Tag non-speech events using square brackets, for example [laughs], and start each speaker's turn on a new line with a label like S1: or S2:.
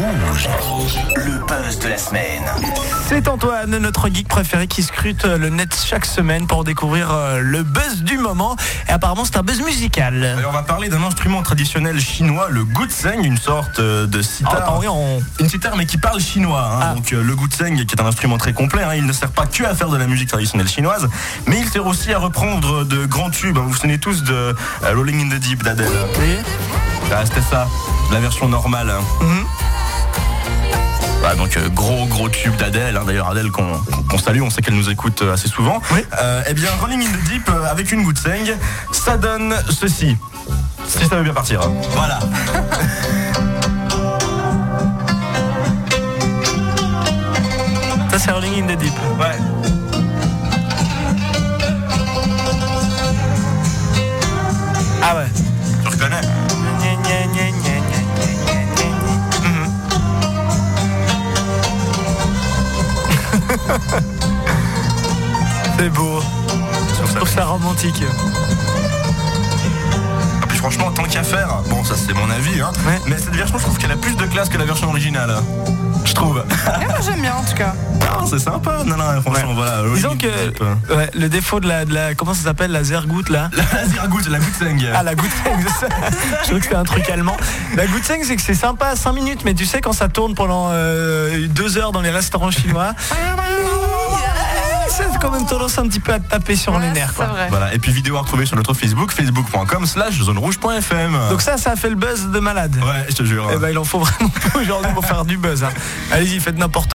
S1: Rouge. Le buzz de la semaine.
S2: C'est Antoine, notre geek préféré qui scrute euh, le net chaque semaine pour découvrir euh, le buzz du moment. Et apparemment, c'est un buzz musical.
S3: Et on va parler d'un instrument traditionnel chinois, le gutseng, une sorte euh, de
S2: Ah,
S3: sitar.
S2: attends, oui, on-
S3: Une sitar mais qui parle chinois. hein.
S2: Ah.
S3: Donc euh, le gutseng, qui est un instrument très complet, hein, il ne sert pas que à faire de la musique traditionnelle chinoise, mais il sert aussi à reprendre de grands tubes. hein. Vous vous souvenez tous de euh, Rolling in the Deep d'Adèle.
S2: Oui.
S3: Ah, C'était ça, la version normale. hein.
S2: Mhm.
S3: Voilà, donc euh, gros gros tube d'Adèle, hein. d'ailleurs Adèle qu'on qu'on salue, on sait qu'elle nous écoute euh, assez souvent.
S2: Oui.
S3: Euh, eh bien Rolling in the Deep euh, avec une Gutseng, ça donne ceci. Si ça veut bien partir. hein. Voilà.
S2: Ça, c'est Rolling in the Deep.
S3: Ouais.
S2: Ah ouais.
S3: Tu reconnais
S2: Gna, gna, gna, gna, gna, gna, gna, gna. Mhm. Mhm. [laughs] C'est beau, je trouve ça romantique.
S3: Ah, puis franchement, tant qu'à faire, bon, ça c'est mon avis, hein.
S2: Ouais.
S3: Mais cette version, je trouve qu'elle a plus de classe que la version originale. Je
S2: [laughs]
S3: trouve.
S4: Ah, moi, j'aime bien en tout cas.
S3: Ah, c'est sympa. Non, non, franchement, voilà.
S2: Disons que
S3: Type, euh,
S2: ouais, le défaut de la, de la- comment ça s'appelle la Zergout là
S3: [laughs] La zirgout, la Gutseng.
S2: Ah la Gutseng, c'est ça. je trouve que c'est un truc allemand. La Gutseng c'est que c'est sympa 5 minutes mais tu sais quand ça tourne pendant 2 heures dans les restaurants chinois, ça a quand même tendance un petit peu à te taper sur les
S4: Ouais,
S2: nerfs quoi.
S4: C'est vrai.
S3: Voilà, et puis vidéo à retrouver sur notre Facebook, facebook.com slash zonerouge.fm.
S2: Donc eh ben, ça ça a fait le buzz de malade.
S3: Ouais, je te jure.
S2: [laughs] Eh ben il en faut vraiment beaucoup aujourd'hui pour faire du buzz. hein. Allez-y, faites n'importe